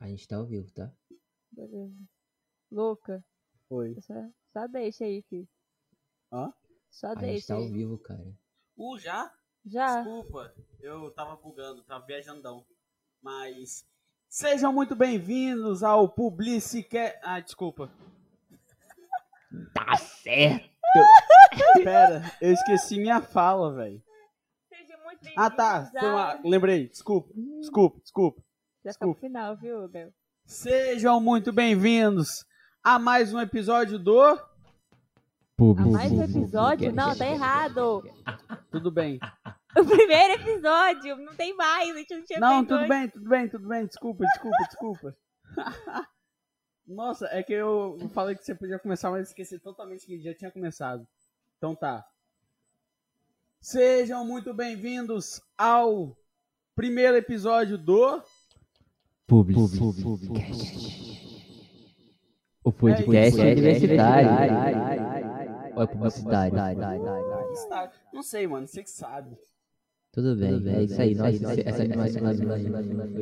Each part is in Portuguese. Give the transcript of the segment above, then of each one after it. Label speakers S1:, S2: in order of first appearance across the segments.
S1: A gente tá ao vivo, tá?
S2: Beleza. Luca,
S3: Oi.
S2: só, só deixa aí, filho.
S3: Hã?
S2: Só
S1: A gente
S2: deixa
S1: tá ao
S2: aí.
S1: vivo, cara.
S4: Uh, já?
S2: Já.
S4: Desculpa, eu tava bugando, tava viajandão. Mas. Sejam muito bem-vindos ao Publicicast. Ah, desculpa.
S1: Tá certo!
S3: Pera, eu esqueci minha fala, velho.
S2: Seja muito bem-vindo.
S3: Ah, tá. Foi uma... Lembrei. Desculpa, desculpa, desculpa.
S2: Já tá pro
S3: desculpa.
S2: final, viu, Gabriel?
S3: Sejam muito bem-vindos a mais um episódio do.
S2: Ah, mais um episódio? Não, tá errado.
S3: Tudo bem.
S2: O primeiro episódio. Não tem mais. A gente não tinha
S3: Não,
S2: feito
S3: tudo
S2: antes.
S3: bem, tudo bem, tudo bem. Desculpa, desculpa, desculpa. Nossa, é que eu falei que você podia começar, mas esqueci totalmente que já tinha começado. Então tá. Sejam muito bem-vindos ao primeiro episódio do.
S1: Publi. O podcast é universitário. Ou é publicitário?
S3: Não sei, mano, você que sabe.
S1: Tudo bem, é isso aí. Nossa, essa animação...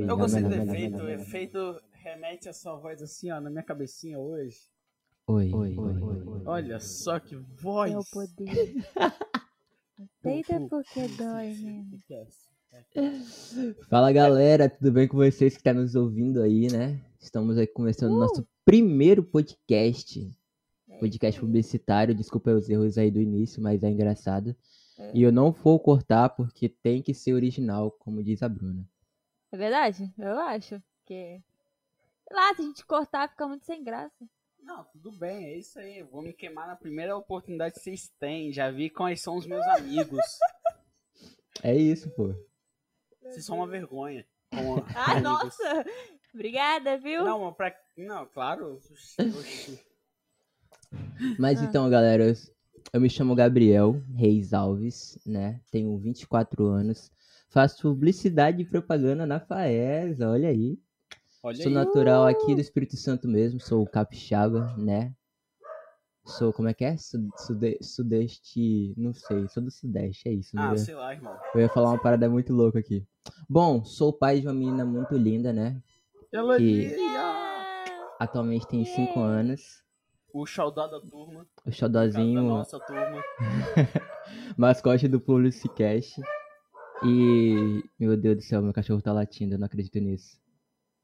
S3: Eu gostei do efeito, o efeito remete à sua voz assim, ó, na minha cabecinha hoje.
S1: Oi.
S3: Olha só que voz!
S2: Meu É poder. Deita porque
S3: é
S2: dói, né?
S1: Fala galera, tudo bem com vocês que tá nos ouvindo aí, né? Estamos aí começando o
S3: Uh!
S1: nosso primeiro podcast. Podcast publicitário, desculpa os erros aí do início, mas é engraçado.
S3: É.
S1: E eu não vou cortar porque tem que ser original, como diz a Bruna.
S2: É verdade? Eu acho. Porque... Sei lá, se a gente cortar, fica muito sem graça.
S3: Não, tudo bem, é isso aí. Eu vou me queimar na primeira oportunidade que vocês têm. Já vi quais são os meus amigos.
S1: É isso, pô.
S3: Vocês são uma vergonha. como
S2: Ah,
S3: amigos.
S2: nossa! Obrigada, viu?
S3: Não, mas pra... Não, claro. Oxi, oxi.
S1: Mas
S2: Ah.
S1: então, galera, eu, eu me chamo Gabriel Reis Alves, né? Tenho 24 anos. Faço publicidade e propaganda na FAESA, olha aí.
S3: Olha
S1: sou
S3: aí.
S1: natural aqui do Espírito Santo mesmo, sou capixaba, né? Sou, como é que é? Su- sude- sudeste, não sei, sou do Sudeste, é isso.
S3: Ah,
S1: né?
S3: sei lá, irmão.
S1: Eu ia falar uma parada muito louca aqui. Bom, sou pai de uma menina muito linda, né?
S2: "Ah."
S3: Elogia!
S1: Atualmente tem 5 anos.
S3: O xodó da turma.
S1: O
S3: Da
S1: xodózinho,
S3: nossa turma.
S1: mascote do Publicicast. E. Meu Deus do céu, meu cachorro tá latindo, eu não acredito nisso.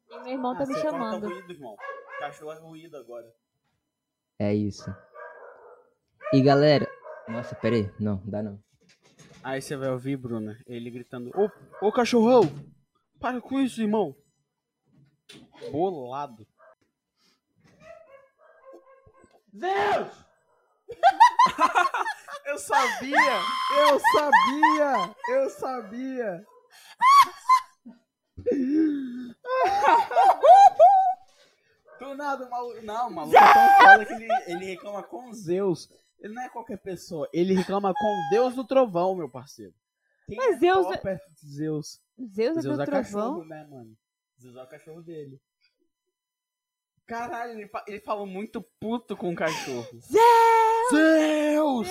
S2: E meu irmão tá
S3: Ah,
S2: me
S3: você corta
S2: chamando.
S3: ruído, irmão. Cachorro é ruído agora.
S1: É isso. E galera. Nossa, pera aí. Não, dá não.
S3: Aí você vai ouvir, Bruna, ele gritando: Ô, ô cachorrão, para com isso, irmão. Bolado. Deus! eu sabia! Eu sabia! Eu sabia! Do nada, o maluco. Não, o maluco é tão foda que ele, ele reclama com Zeus. Ele não é qualquer pessoa, ele reclama com Deus do trovão, meu parceiro. Quem
S2: Mas
S3: é
S2: Zeus
S3: pior
S2: é-
S3: perto de Zeus.
S2: Zeus é
S3: Zeus
S2: do
S3: é
S2: trovão.
S3: cachorro, né, mano? Zeus é o cachorro dele. Caralho, ele, fa- ele falou muito puto com o cachorro. Zeus!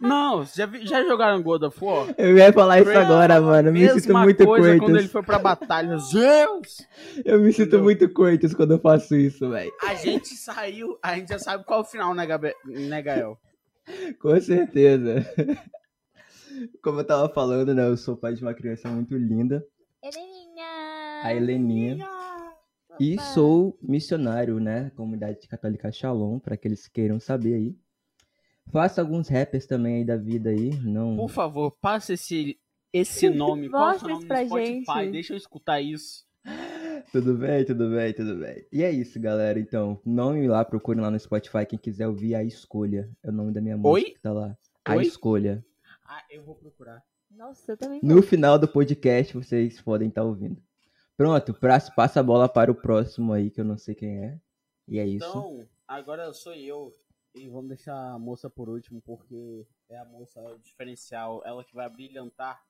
S3: Não, já, vi- já jogaram God of War?
S1: Eu ia falar isso
S3: Foi a
S1: agora, mano. Eu me
S3: Mesma
S1: sinto muito
S3: coisa quando
S1: coitos.
S3: ele foi pra batalha. Zeus!
S1: Eu me sinto
S3: Entendeu?
S1: muito coitos quando eu faço isso, velho.
S3: A gente saiu, a gente já sabe qual é o final, né, Gabriel? Né, Gael?
S1: Com certeza. Como eu tava falando, né? Eu sou pai de uma criança muito linda,
S2: Heleninha!
S1: a Heleninha. E
S2: Opa.
S1: sou missionário, né? Comunidade Católica Shalom, pra aqueles que queiram saber aí. Faço alguns rappers também aí da vida aí. Não.
S3: Por favor, passa esse, esse nome. Qual é o
S2: Mostra
S3: seu nome
S2: isso
S3: no
S2: pra
S3: Spotify?
S2: gente.
S3: Deixa eu escutar isso.
S1: Tudo bem, tudo bem, tudo bem. E é isso, galera. Então, nome lá, procurem lá no Spotify. Quem quiser ouvir a escolha. É o nome da minha música
S3: Oi?
S1: que tá lá. A
S3: Oi?
S1: escolha.
S3: Ah, eu vou procurar.
S2: Nossa, eu também
S1: No final do podcast vocês podem estar ouvindo. Pronto, pra- passa a bola para o próximo aí, que eu não sei quem é. E é isso.
S3: Então, agora sou eu. E vamos deixar a moça por último, porque é a moça é o diferencial. Ela que vai brilhantar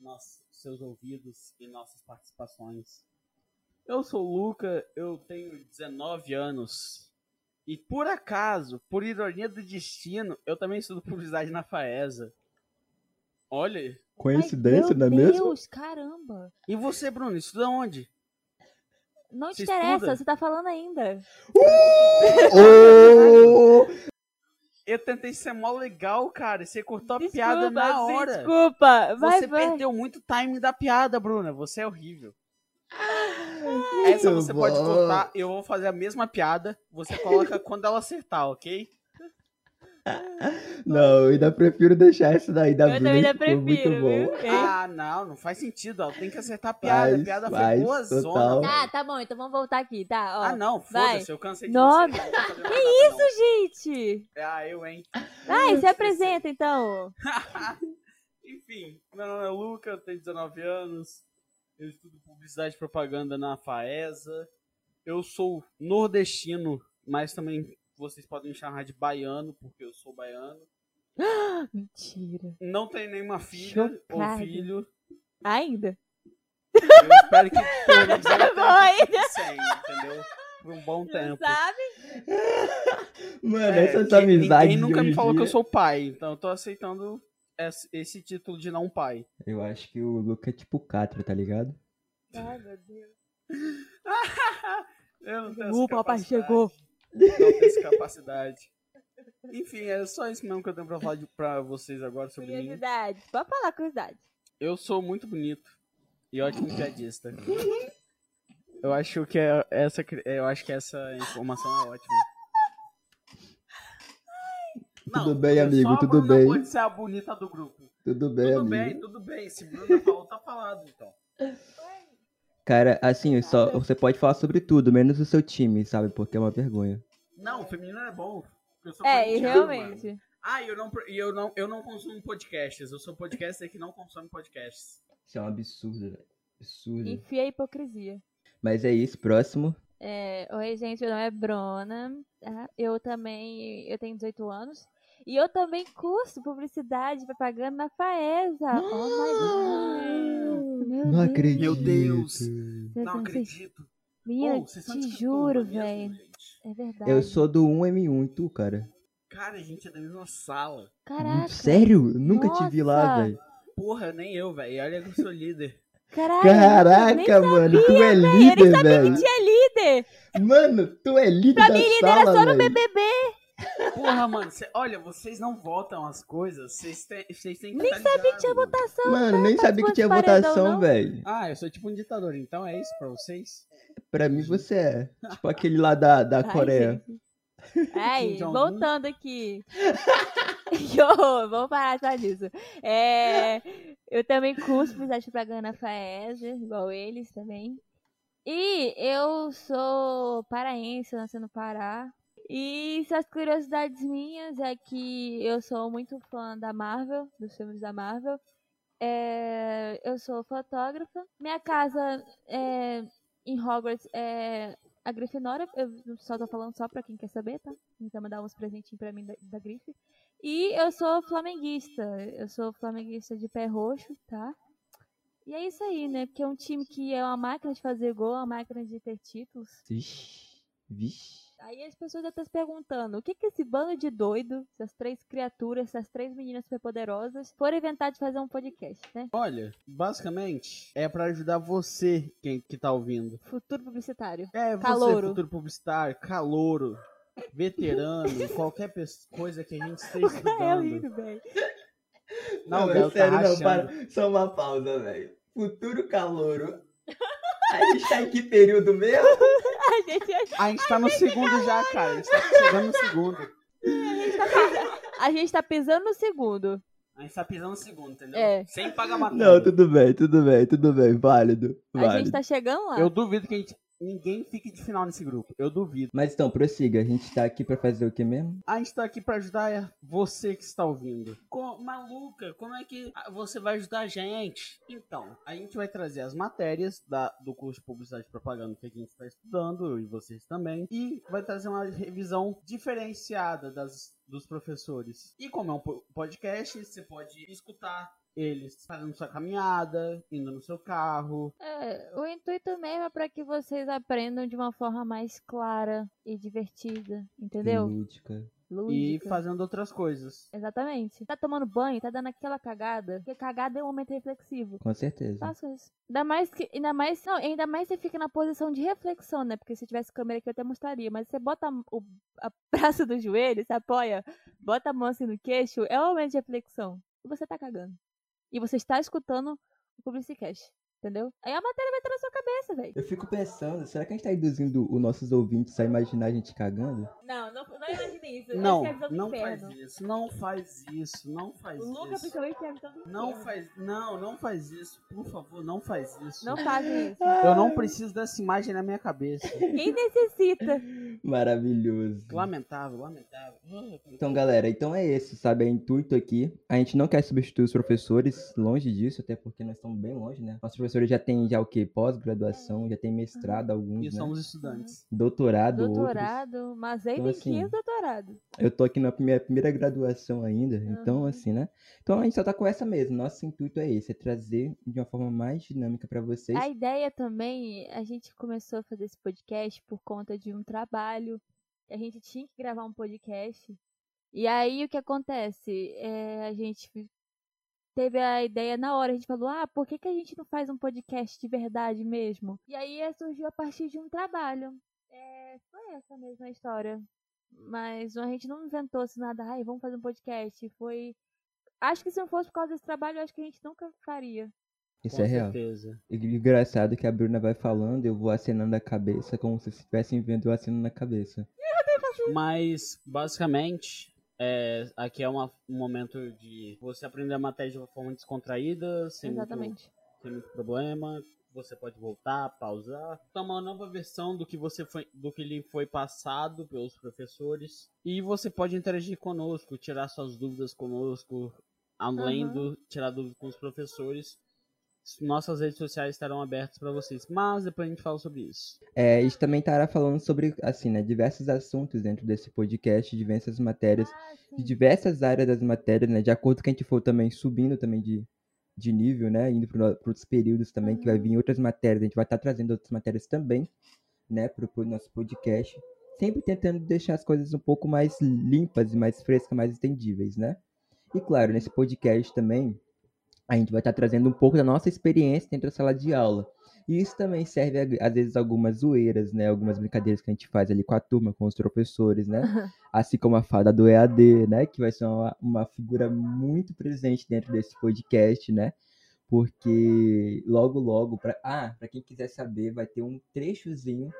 S3: nossos, seus ouvidos e nossas participações. Eu sou o Luca, eu tenho 19 anos. E por acaso, por ironia do destino, eu também estudo publicidade na FAESA. Olha.
S1: é
S2: é Ai, meu Deus, caramba!
S3: E você, Bruno, estuda onde?
S2: Não te
S3: Você
S2: interessa,
S3: estuda?
S2: você tá falando ainda.
S1: Ô!
S3: Eu tentei ser mó legal, cara. Você cortou a
S2: Desculpa,
S3: piada na hora.
S2: Desculpa, vai,
S3: Você
S2: vai.
S3: perdeu muito o timing da piada, Bruna. Você é horrível. Essa
S1: Muito
S3: você pode
S1: bom.
S3: contar. Eu vou fazer a mesma piada. Você coloca quando ela acertar, ok?
S1: Não, eu ainda prefiro deixar essa daí da
S2: Eu
S1: Bruna.
S2: também ainda
S1: que ficou
S2: prefiro,
S1: Muito bom.
S2: viu?
S3: Ah, não, não faz sentido. Ela tem que acertar a piada.
S1: Faz,
S3: a piada
S1: faz,
S3: foi boa
S1: total.
S3: zona. velho.
S2: Tá, tá bom, então vamos voltar aqui, tá? Ó.
S3: Ah, não,
S2: vai.
S3: foda-se, eu cansei de
S2: Não,
S3: você. não vou fazer mais
S2: que
S3: nada, não.
S2: Gente!
S3: Ah, eu, hein?
S2: Vai, se apresenta então.
S3: Enfim, meu nome é Luca, eu tenho 19 anos. Eu estudo publicidade e propaganda na FAESA. Eu sou nordestino, mas também vocês podem me chamar de baiano, porque eu sou baiano.
S2: Mentira.
S3: Não tenho nenhuma filha ou
S2: Chocado.
S3: filho.
S2: Ainda?
S3: Eu espero que um pelo menos eu
S2: Vai.
S3: tenha tudo sem, entendeu? Por um bom
S2: Não
S3: tempo.
S2: sabe?
S1: Mano,
S3: É,
S1: essa
S3: porque
S1: tua amizade.
S3: Ninguém
S1: de um
S3: nunca me
S1: hoje
S3: falou que eu
S1: em
S3: sou pai, então eu tô aceitando esse- esse título de não pai.
S1: dia- Eu acho que o Luca é tipo o Catra, tá ligado?
S2: Ai, Ah, meu Deus.
S3: Eu não tenho essa
S2: O papai
S3: capacidade.
S2: chegou.
S3: não tem essa capacidade. Enfim, é só isso mesmo que eu tenho pra falar de, pra vocês agora sobre mim.
S2: Curiosidade. Pode falar, curiosidade.
S3: Eu sou muito bonito e ótimo piadista. Eu acho que é essa, cri- eu acho que essa informação é ótima.
S1: Tudo bem,
S3: eu
S1: amigo,
S3: só a
S1: tudo
S3: Bruna
S1: bem.
S3: pode ser a bonita do grupo.
S1: Tudo bem,
S3: tudo
S1: amigo.
S3: bem, tudo bem. Se Bruna falou, tá falado, então.
S1: Cara, assim, só, você pode falar sobre tudo, menos o seu time, sabe? Porque é uma vergonha.
S3: Não, feminino é bom. Eu sou
S2: É, e
S3: corintiano, mano.
S2: realmente.
S3: Ah, e eu não, e eu não, eu não consumo podcasts. Eu sou podcaster que não consome podcasts.
S1: Isso é um absurdo, velho. Absurdo.
S2: Enfia a hipocrisia.
S1: Mas é isso, próximo.
S2: É, Oi, gente, meu nome é Bruna. tá? Eu também, eu tenho 18 anos. E eu também curso publicidade e propaganda na FAESA. Oh my God. Meu
S1: Não
S2: Deus.
S1: acredito.
S3: Meu Deus.
S2: Vocês
S3: Não
S2: não sei-
S3: acredito.
S2: Menina,
S3: Pô, vocês são
S2: te
S3: de que
S2: juro,
S3: turma mesmo,
S2: velho.
S3: gente?
S2: É verdade.
S1: Eu sou do 1M1, tu, cara.
S3: Cara, a gente é da mesma sala.
S2: Caraca.
S1: Sério? Nunca te vi lá,
S2: Nossa.
S1: velho.
S3: Porra, nem eu, velho. E Olha que eu sou líder.
S2: Caralho. nem
S1: Caraca,
S2: sabia,
S1: mano, tu é
S2: Eu nem
S1: líder,
S2: sabia
S1: velho.
S2: que tinha líder.
S1: Mano, tu é líder
S2: Pra
S1: da
S2: mim, líder era
S1: sala,
S2: só no
S1: velho.
S2: BBB.
S3: Porra, mano. cê- olha, vocês não votam as coisas. Vocês têm vocês têm que
S2: Nem
S3: estar
S2: sabia que tinha
S3: ligados.
S2: votação.
S1: Mano, nem sabia que
S2: participou
S1: tinha
S2: de paredão,
S1: votação,
S2: não?
S1: velho.
S3: Ah, eu sou tipo um ditador, então é isso pra vocês?
S1: Pra mim você é. Tipo aquele lá da, da
S2: Ai,
S1: Coreia.
S2: gente. Ai,
S3: Kim Jong-un.
S2: É, voltando aqui. Que horror, vamos parar só disso. É, eu também curso publicidade e propaganda na FAESA, igual eles também. E eu sou paraense, nasci no Pará. E essas curiosidades minhas é que eu sou muito fã da Marvel, dos filmes da Marvel. É, eu sou fotógrafa. Minha casa é, em Hogwarts é a Grifinória, eu só tô falando só pra quem quer saber, tá? Então mandar uns presentinhos pra mim da, da grife. E eu sou flamenguista. Eu sou flamenguista de pé roxo, tá? E é isso aí, né? Porque é um time que é uma máquina de fazer gol, uma máquina de ter títulos.
S1: Vixe. Vixe.
S2: Aí as pessoas já estão se perguntando, o que que esse bando de doido, essas três criaturas, essas três meninas superpoderosas, foram inventar de fazer um podcast, né?
S3: Olha, basicamente, é pra ajudar você quem, que tá ouvindo.
S2: Futuro publicitário.
S3: É, você,
S2: Calouro.
S3: futuro publicitário, calouro, veterano, qualquer pes- coisa que a gente esteja
S2: É
S3: estudando.
S2: horrível, velho.
S3: Não,
S1: é
S3: velho, tá rachando.
S1: Só uma pausa, velho. Futuro calouro. A gente tá em que período mesmo?
S2: A gente, a
S3: A gente tá no segundo já, cara. A gente tá chegando no segundo.
S2: gente tá pisando, a gente tá pisando no segundo.
S3: A gente tá pisando no segundo, entendeu?
S2: É.
S3: Sem pagar matéria.
S1: Não, tudo bem, tudo bem, tudo bem. Válido,
S2: A gente
S1: válido.
S2: tá chegando lá.
S3: Eu duvido que a gente... ninguém fique de final nesse grupo. Eu duvido.
S1: Mas então, prossiga. A gente tá aqui pra fazer o que mesmo?
S3: A gente tá aqui pra ajudar você que está ouvindo. Co- Maluca, como é que ah, você vai ajudar a gente? Então, a gente vai trazer as matérias da- do curso de publicidade e propaganda que a gente está estudando, eu e vocês também. E vai trazer uma revisão diferenciada das, dos professores. E como é um po- podcast, você pode escutar eles fazendo sua caminhada, indo no seu carro,
S2: É, o intuito mesmo é pra que vocês aprendam de uma forma mais clara e divertida, entendeu?
S1: Lúdica.
S2: Lúdica.
S3: e fazendo outras coisas.
S2: Exatamente. Tá tomando banho, tá dando aquela cagada. Porque cagada é um momento reflexivo.
S1: Com certeza.
S2: Faça isso. Ainda mais que. Ainda mais. Não, ainda mais você fica na posição de reflexão, né? Porque se tivesse câmera aqui eu até mostraria. Mas você bota a- o a braço do joelho, você apoia, bota a mão assim no queixo, é um momento de reflexão. E você tá cagando. E você está escutando o Publicicast. Entendeu? Aí a matéria vai estar na sua cabeça, velho.
S1: Eu fico pensando, será que a gente tá induzindo os nossos ouvintes a imaginar a gente cagando?
S2: Não, não, não imagine isso. é
S3: Não, não faz isso, não faz isso, não faz
S2: O Luca
S3: isso.
S2: principalmente escreve visão do
S3: Não
S2: inferno.
S3: faz, não, não faz isso, por favor, não faz isso.
S2: Não fazem isso.
S3: Eu não preciso dessa imagem na minha cabeça.
S2: Quem necessita?
S1: Maravilhoso.
S3: Lamentável, lamentável.
S1: Então, galera, então é esse, sabe? É intuito aqui. A gente não quer substituir os professores, longe disso, até porque nós estamos bem longe, né? Nossos professores já têm já o quê? Pós-graduação, já tem mestrado
S3: E
S1: alguns, né?
S3: somos estudantes.
S1: Doutorado, outros.
S2: Doutorado, mas é ainda
S1: Então,
S2: em
S1: assim,
S2: 15 doutorado.
S1: Eu tô aqui na minha primeira graduação ainda, então assim, né? Então a gente só tá com essa mesmo. Nosso intuito é esse, é trazer de uma forma mais dinâmica pra vocês.
S2: A ideia também, a gente começou a fazer esse podcast por conta de um trabalho. A gente tinha que gravar um podcast. E aí o que acontece? É, a gente teve a ideia na hora, a gente falou, ah, por que, que a gente não faz um podcast de verdade mesmo? E aí é, surgiu a partir de um trabalho. É, foi essa mesma história. Mas a gente não inventou assim nada, ai, vamos fazer um podcast. Foi. Acho que se não fosse por causa desse trabalho, eu acho que a gente nunca faria.
S1: Isso
S3: com
S1: é real.
S3: certeza.
S1: E Engraçado que a Bruna vai falando, eu vou acenando a cabeça, como se estivessem vendo eu acenando na cabeça.
S3: Mas, basicamente, é, aqui é uma- um momento de você aprender a matéria de uma forma descontraída, sem muito-
S2: Exatamente.
S3: sem muito problema. Você pode voltar, pausar, tomar uma nova versão do que você foi, do que lhe foi passado pelos professores e você pode interagir conosco, tirar suas dúvidas conosco, além
S2: Aham.
S3: do tirar dúvidas com os professores. Nossas redes sociais estarão abertas para vocês, mas depois a gente fala sobre isso.
S1: É, a gente também estará falando sobre, assim, né, diversos assuntos dentro desse podcast, diversas matérias,
S2: Ah, sim.
S1: de diversas áreas das matérias, né, de acordo com que a gente for também subindo também de, de nível, né, indo para outros períodos também, que vai vir outras matérias, a gente vai estar trazendo outras matérias também, né, pro, pro nosso podcast, sempre tentando deixar as coisas um pouco mais limpas e mais frescas, mais entendíveis, né. E claro, nesse podcast também, a gente vai estar trazendo um pouco da nossa experiência dentro da sala de aula. E isso também serve, a- às vezes, algumas zoeiras, né? Algumas brincadeiras que a gente faz ali com a turma, com os professores, né? Assim como a fada do EAD, né? Que vai ser uma, uma figura muito presente dentro desse podcast, né? Porque logo, logo, pra... ah, para quem quiser saber, vai ter um trechozinho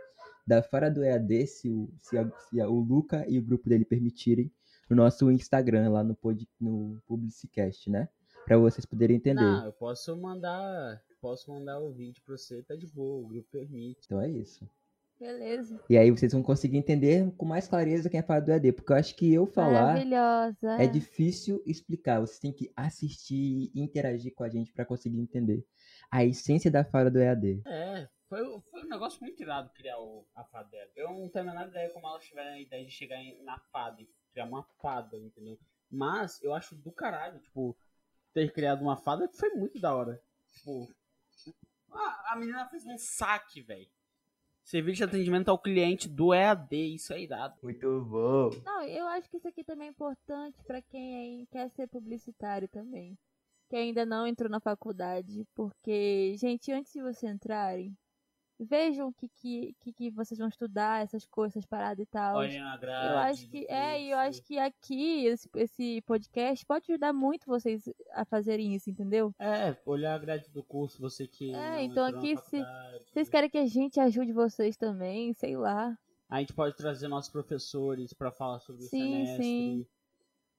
S1: da Fada do EAD, se o, se, a- se a- o Luca e o grupo dele permitirem, no nosso Instagram, lá no, pod, no Publicicast, né? Pra vocês poderem entender.
S3: Não, Ah, eu posso mandar, posso mandar o vídeo para você, tá de boa, o grupo permite.
S1: Então é isso.
S2: Beleza.
S1: E aí vocês vão conseguir entender com mais clareza quem é a fada do EAD, porque eu acho que eu falar
S2: Maravilhosa.
S1: é difícil explicar. Vocês têm que assistir e interagir com a gente pra conseguir entender a essência da fada do EAD.
S3: É, foi, foi um negócio muito irado criar o, a fada dela. Eu não tenho a menor ideia como elas tiveram a ideia de chegar em- na fada e criar uma fada, entendeu? Mas eu acho do caralho, tipo, ter criado uma fada que foi muito da hora. Tipo, a, a menina fez um saque, velho. Serviço de atendimento ao cliente do EAD, isso é irado.
S1: Muito bom.
S2: Não, eu acho que isso aqui também é importante pra quem aí quer ser publicitário também. Que ainda não entrou na faculdade. Porque, gente, antes de vocês entrarem, vejam o que, que, que, que vocês vão estudar, essas coisas, essas paradas e tal.
S3: Olha na grade.
S2: Eu acho que é, e eu acho que aqui esse, esse podcast pode ajudar muito vocês a fazerem isso, entendeu?
S3: É, olhar a grade do curso, você
S2: É,
S3: que. não
S2: então
S3: entrou na
S2: aqui se-
S3: faculdade.
S2: Vocês querem que a gente ajude vocês também, sei lá.
S3: A gente pode trazer nossos professores pra falar sobre
S2: Sim,
S3: o semestre.
S2: sim.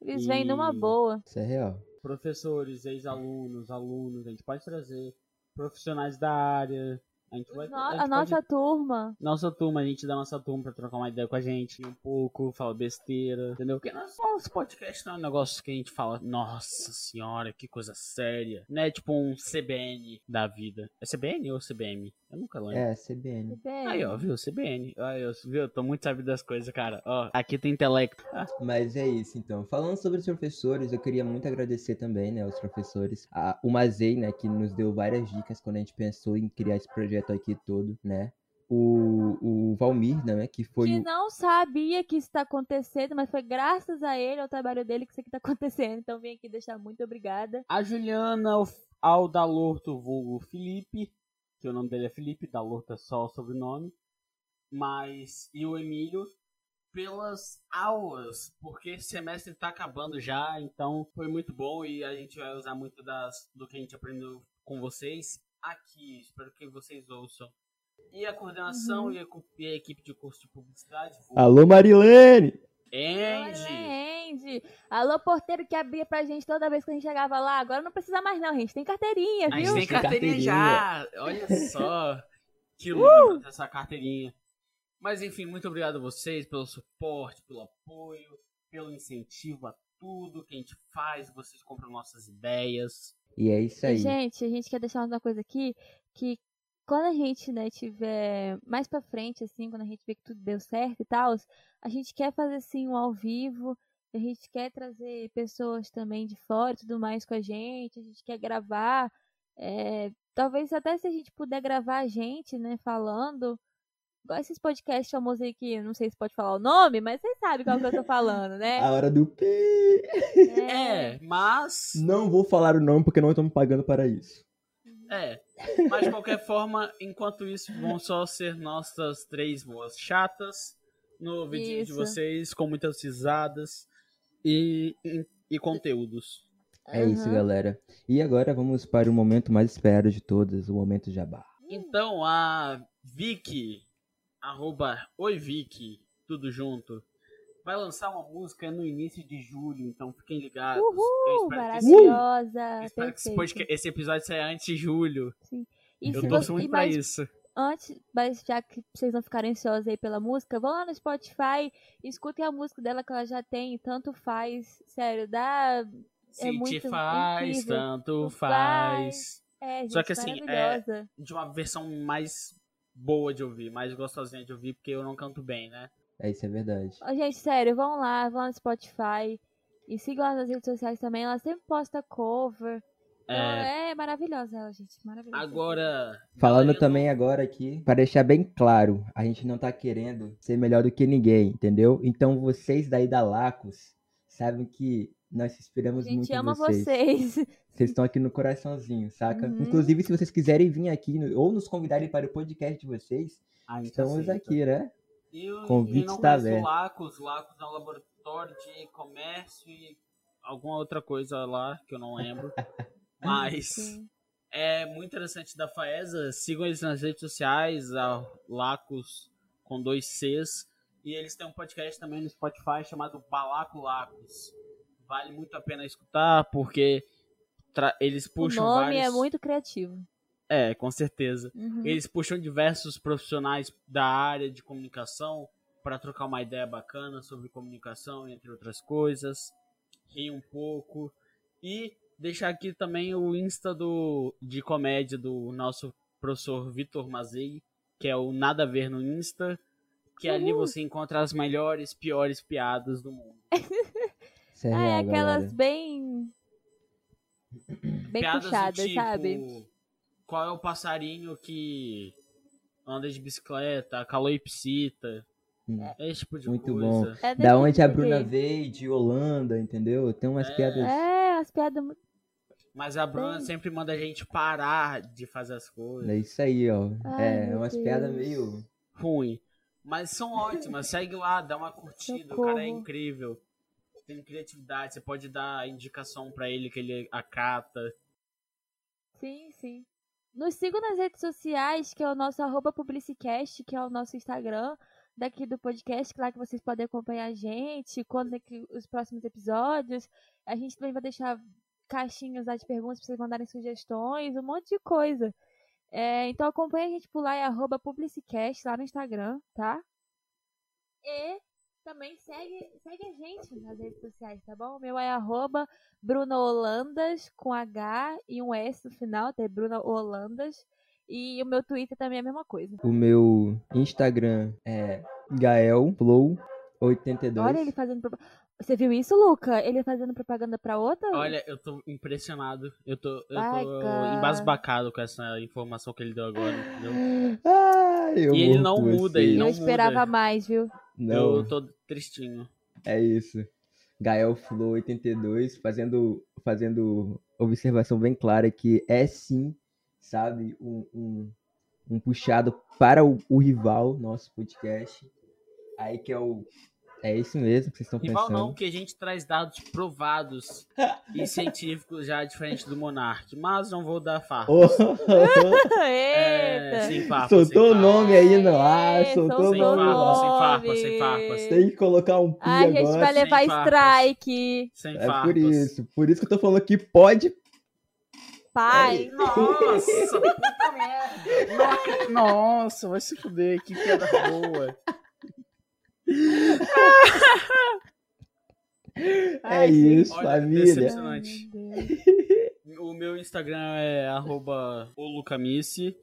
S2: Eles vêm numa
S3: E-
S2: boa.
S1: Isso é real.
S3: Professores, ex-alunos, alunos, a gente pode trazer profissionais da área. A gente vai um
S2: No-
S3: a gente
S2: a nossa
S3: pode-
S2: turma.
S3: nossa turma, a gente dá nossa turma pra trocar uma ideia com a gente um pouco, falar besteira, entendeu? Porque é nosso, nosso podcast não é um negócio que a gente fala, nossa senhora, que coisa séria. Não é tipo um CBN da vida. É CBN ou CBM? Eu nunca lembro.
S1: É, CBN.
S2: Bem,
S3: Aí, ó, viu? CBN. Aí, ó, viu? Eu tô muito sabido das coisas, cara. Ó, aqui tem intelecto.
S1: Mas é isso, então. Falando sobre os professores, eu queria muito agradecer também, né, os professores. A, o Mazei, né, que nos deu várias dicas quando a gente pensou em criar esse projeto aqui todo, né? o, o Valmir, né? Que foi
S2: que
S1: o.
S2: não sabia que isso está acontecendo, mas foi graças a ele, ao trabalho dele, que isso aqui tá acontecendo. Então vim aqui deixar muito obrigada.
S3: A Juliana Al- Aldalorto, vulgo Felipe, que o nome dele é Felipe, Dalorto é só o sobrenome, mas e o Emílio pelas aulas, porque esse semestre tá acabando já, então foi muito bom e a gente vai usar muito das, do que a gente aprendeu com vocês aqui. Espero que vocês ouçam. E a coordenação e, a, cu- e a equipe de curso de publicidade. vulgo
S1: Alô, Marilene!
S3: Andy!
S2: Olha, é Andy! Alô, porteiro que abria pra gente toda vez que a gente chegava lá. Agora não precisa mais, não, gente. Tem carteirinha,
S3: A
S2: viu?
S3: gente tem
S1: Tem
S3: carteirinha
S1: carteirinha.
S3: já. Olha só. Que luta pra ter essa carteirinha. Mas enfim, muito obrigado a vocês pelo suporte, pelo apoio, pelo incentivo a tudo que a gente faz. Vocês compram nossas ideias.
S1: E é isso
S2: E,
S1: aí.
S2: Gente, a gente quer deixar uma coisa aqui, que quando a gente, né, tiver mais pra frente, assim, quando a gente vê que tudo deu certo e tal, a gente quer fazer, assim, um ao vivo, a gente quer trazer pessoas também de fora e tudo mais com a gente, a gente quer gravar, é, talvez até se a gente puder gravar a gente, né, falando, igual esses podcasts famosos aí que, eu não sei se pode falar o nome, mas vocês sabem qual que eu tô falando, né?
S1: A hora do pi!
S3: É, mas.
S1: Não vou falar o nome porque não estamos pagando para isso.
S3: É. Mas de qualquer forma, enquanto isso, vão só ser nossas três boas chatas no vídeo de
S2: Isso.
S3: vocês, com muitas risadas e, e, e conteúdos.
S1: É isso,
S2: Aham.
S1: galera. E agora vamos para o momento mais esperado de todas, o momento jabá.
S3: Então a Vicky, arroba Oi Vicky, tudo junto, vai lançar uma música no início de julho, então fiquem ligados.
S2: Uhul,
S3: que, esse, eu
S2: maravilhosa,
S3: espero que esse,
S2: perfeito.
S3: podcast- esse episódio saia antes de julho.
S2: E
S3: eu
S2: se
S3: torço
S2: você- e
S3: muito pra
S2: mais-
S3: isso.
S2: Antes, mas já que vocês não ficarem ansiosos aí pela música, vão lá no Spotify, escutem a música dela que ela já tem, tanto faz, sério, dá.
S3: Se te
S2: é muito
S3: faz,
S2: incrível.
S3: tanto
S2: Faz.
S3: faz.
S2: É, gente,
S3: Só que assim, é-
S2: maravilhosa.
S3: De uma versão mais boa de ouvir, mais gostosinha de ouvir, porque eu não canto bem, né?
S1: É isso, é verdade.
S2: Ó, Gente, sério, vão lá, vão lá no Spotify e sigam ela nas redes sociais também, ela sempre posta cover. Então,
S3: É,
S2: É, maravilhosa ela, gente, maravilhosa.
S3: agora.
S1: Falando
S3: galera,
S1: também agora aqui, para deixar bem claro, a gente não tá querendo ser melhor do que ninguém, entendeu? Então vocês daí da Lacos sabem que nós
S2: a
S1: se inspiramos muito
S2: gente
S1: em
S2: ama
S1: vocês.
S2: vocês.
S1: Vocês estão aqui no coraçãozinho, saca?
S2: Uhum.
S1: Inclusive, se vocês quiserem vir aqui no- ou nos convidarem para o podcast de vocês,
S3: a gente
S1: estamos
S3: aceita.
S1: aqui, né?
S3: E o
S1: Convite
S3: e não
S1: está
S3: conheço
S1: aberto.
S3: o Lacos, Lacos é um laboratório de comércio e alguma outra coisa lá que eu não lembro. Mas
S2: Sim.
S3: é muito interessante da Faesa. Sigam eles nas redes sociais, a Lacos com dois Cs. E eles têm um podcast também no Spotify chamado Balaco Lacos. Vale muito a pena escutar, porque tra- eles
S2: O
S3: puxam
S2: nome
S3: vários.
S2: é muito criativo.
S3: É, com certeza.
S2: Uhum.
S1: É,
S3: Eles puxam diversos profissionais da área de comunicação para trocar uma ideia bacana sobre comunicação, entre outras coisas, rir um pouco e deixar aqui também o Insta do, de comédia do nosso professor Vitor Mazei, que é o Nada a Ver no Insta, que ali você encontra as melhores, piores piadas do mundo.
S1: Isso é
S2: Ah, é
S1: real,
S2: aquelas
S1: galera.
S2: bem. Bem
S3: piadas
S2: puxadas,
S3: do tipo,
S2: sabe?
S3: Qual é o passarinho que anda de bicicleta, caloipsita,
S1: Hum.
S3: esse tipo de
S1: Muito
S3: coisa.
S2: É desse
S1: Da onde a
S2: tipo
S1: Bruna
S2: de-
S1: veio, de Holanda, entendeu? Tem umas
S3: É.
S1: piadas.
S2: É, as piadas. mu-
S3: Mas a Bruna
S2: Bem.
S3: sempre manda a gente parar de fazer as coisas.
S1: É isso aí, ó.
S2: Ai,
S1: é,
S2: meu
S1: umas piadas
S2: Deus.
S1: meio.
S3: Ruim. Mas são ótimas. Segue lá, dá uma curtida. O cara é
S2: Socorro.
S3: incrível. Tem criatividade. Você pode dar indicação pra ele que ele acata.
S2: Sim, sim. Nos sigam nas redes sociais, que é o nosso arroba publicicast, que é o nosso Instagram daqui do podcast, que lá que vocês podem acompanhar a gente, quando é que os próximos episódios. A gente também vai deixar caixinhas lá de perguntas pra vocês mandarem sugestões, um monte de coisa. É, então acompanha a gente por lá, é arroba publicicast lá no Instagram, tá? E também segue, segue a gente nas redes sociais, tá bom? O meu é arroba Bruna Holandas com H e um S no final, até Bruna Holandas. E o meu Twitter também é a mesma coisa.
S1: O meu Instagram é GaelFlow82.
S2: Olha ele fazendo. propa- Você viu isso, Luca? Ele fazendo propaganda pra outra?
S3: Olha, eu tô impressionado. Eu tô, eu
S2: Ai,
S3: tô
S2: cara.
S3: embasbacado com essa informação que ele deu agora. entendeu?
S1: Ah, eu
S3: E ele não
S1: morro por
S3: muda,
S1: vocês.
S3: ele
S2: eu
S3: não
S2: esperava
S3: muda.
S2: mais, viu?
S1: Não,
S3: Eu tô tristinho.
S1: é isso. Gael Flow 82 fazendo, fazendo observação bem clara que é sim, sabe, um, um, um puxado para o, o rival, nosso podcast. Aí que é o. É isso mesmo que vocês estão
S3: Rival
S1: pensando.
S3: não, porque a gente traz dados provados e científicos já diferente do Monark. Mas não vou dar farpa.
S1: Oh,
S3: É,
S2: Eita!
S3: sem farpa, sem
S1: soltou o
S3: farpa.
S1: nome aí no ar,
S2: Aê,
S1: soltou o
S3: soltou
S1: nome no
S3: farpa, É, sem farpa,
S1: ar.
S3: sem farpa, sem-
S1: Tem que colocar um pi
S2: Ai, a
S1: agora.
S2: gente vai
S3: sem
S2: levar
S3: farpas.
S2: strike.
S3: Sem
S1: É
S3: farpas.
S1: por isso. Por isso que eu tô falando que pode. É
S2: Pai,
S3: Nossa, puta merda.
S5: Nossa, vai se fuder, que piada boa.
S1: é isso,
S3: Olha,
S1: família.
S3: decepção. Impressionante.
S2: Ai, meu Deus.
S3: O meu Instagram é arroba olucamice.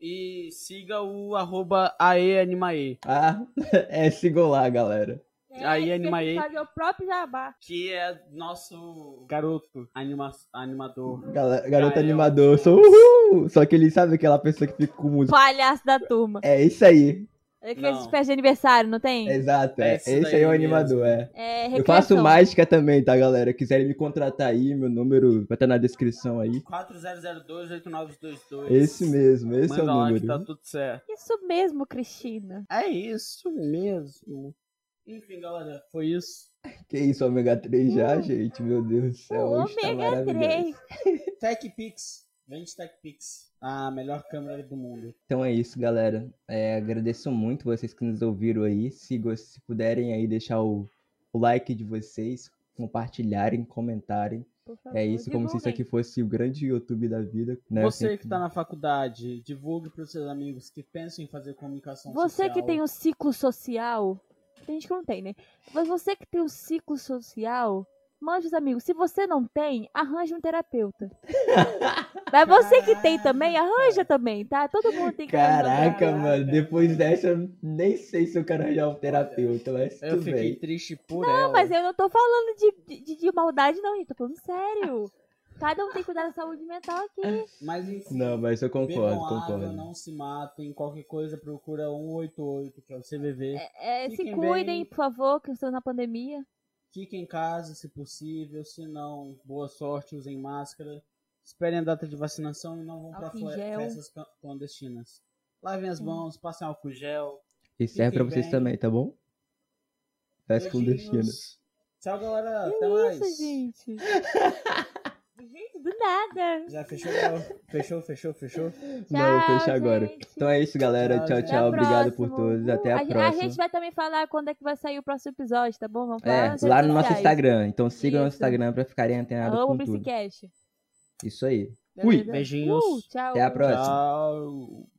S3: E siga o arroba aeanimae,
S1: Ah, é sigam lá, galera.
S3: Aí,
S2: É,
S3: anima
S2: tem que
S3: aí.
S2: Fazer o próprio jabá.
S3: que é nosso
S5: Garoto, anima animador.
S1: Gala- Garoto
S3: Gael.
S1: animador, sou uhul! Só que ele sabe aquela pessoa que fica com música.
S2: Palhaço da turma.
S1: É isso aí.
S2: É que eles
S3: Não.
S2: de aniversário, não tem?
S1: Exato, é.
S3: É isso
S1: Esse aí é o
S3: daí
S1: animador, é.
S2: É,
S1: Eu faço
S2: recreação.
S1: mágica também, tá, galera? Quiserem me contratar aí, meu número vai estar na descrição aí.
S3: 40028922.
S1: Esse mesmo, esse
S3: Manda
S1: é o
S3: lá que tá
S1: número.
S3: tudo certo.
S2: Isso mesmo, Cristina.
S5: É isso mesmo.
S3: Enfim, galera, foi isso.
S1: Que isso, ômega 3 já,
S3: Uh,
S1: gente? Meu Deus do céu,
S2: o
S1: hoje tá
S2: ômega
S1: maravilhoso.
S2: 3.
S3: TechPix. Vende TechPix. A melhor câmera do mundo.
S1: Então é isso, galera. É, agradeço muito vocês que nos ouviram aí. Se, gos- se puderem aí deixar o, o like de vocês, compartilharem, comentarem.
S2: Por favor,
S1: É isso, como se isso
S2: divulguem.
S1: aqui fosse o grande YouTube da vida. Né?
S3: Você
S1: Assim,
S3: que tá na faculdade, divulgue pros seus amigos que pensam em fazer comunicação
S2: Você
S3: social.
S2: que tem um ciclo social. Tem gente que não tem, né? Mas você que tem um ciclo social, mande os amigos. Se você não tem, arranje um terapeuta. Mas você que tem também, arranja também, tá? Todo mundo tem que arranjar.
S1: Caraca, mano, depois dessa eu nem sei se eu quero arranjar um terapeuta, mas
S3: Eu
S1: tudo
S3: fiquei
S1: bem.
S3: triste por ela.
S2: Não, mas é- eu não tô falando de, de, de maldade, não, gente. Tô falando sério. Cada um tem que cuidar da saúde mental aqui.
S3: Mas enfim.
S1: Não, mas eu concordo,
S3: Bebam
S1: concordo.
S3: água, não se matem. Qualquer coisa, procura 188, que é o CVV.
S2: É, é, se
S3: Fiquem
S2: cuidem,
S3: bem.
S2: por favor, que estamos na pandemia.
S3: Fique em casa, se possível. Se não, boa sorte, usem máscara. Esperem a data de vacinação e não vão para
S2: Álcool em gel.
S3: festas ca- clandestinas. Lavem as mãos, passem álcool em gel.
S1: E serve pra
S3: Fiquem
S1: vocês
S3: bem.
S1: também, tá bom? Faz com
S3: Beijinhos.
S1: destino.
S3: Tchau, galera.
S2: Que
S3: Até mais.
S2: isso, gente? gente, do nada.
S3: Já fechou, Léo? Fechou, fechou, fechou.
S1: não,
S2: Tchau,
S1: vou fechar agora.
S2: gente.
S1: Então é isso, galera.
S3: Tchau,
S1: Tchau, tchau.
S3: gente.
S2: Até a
S1: Obrigado por
S2: próxima.
S1: todos. Até
S2: Uh,
S1: a,
S2: a, gente-
S1: próxima.
S2: A gente vai também falar quando é que vai sair o próximo episódio, tá bom? Vamos falar
S1: É,
S2: nas redes
S1: lá no nosso
S2: sociais.
S1: Instagram. Então siga o nosso
S2: Isso.
S1: Instagram pra ficarem antenados
S2: Arroba
S1: com tudo.
S2: Psicast.
S1: Isso aí.
S2: Beleza?
S1: Fui.
S3: Beijinhos.
S2: Uh, tchau.
S1: Até a próxima.
S3: Tchau.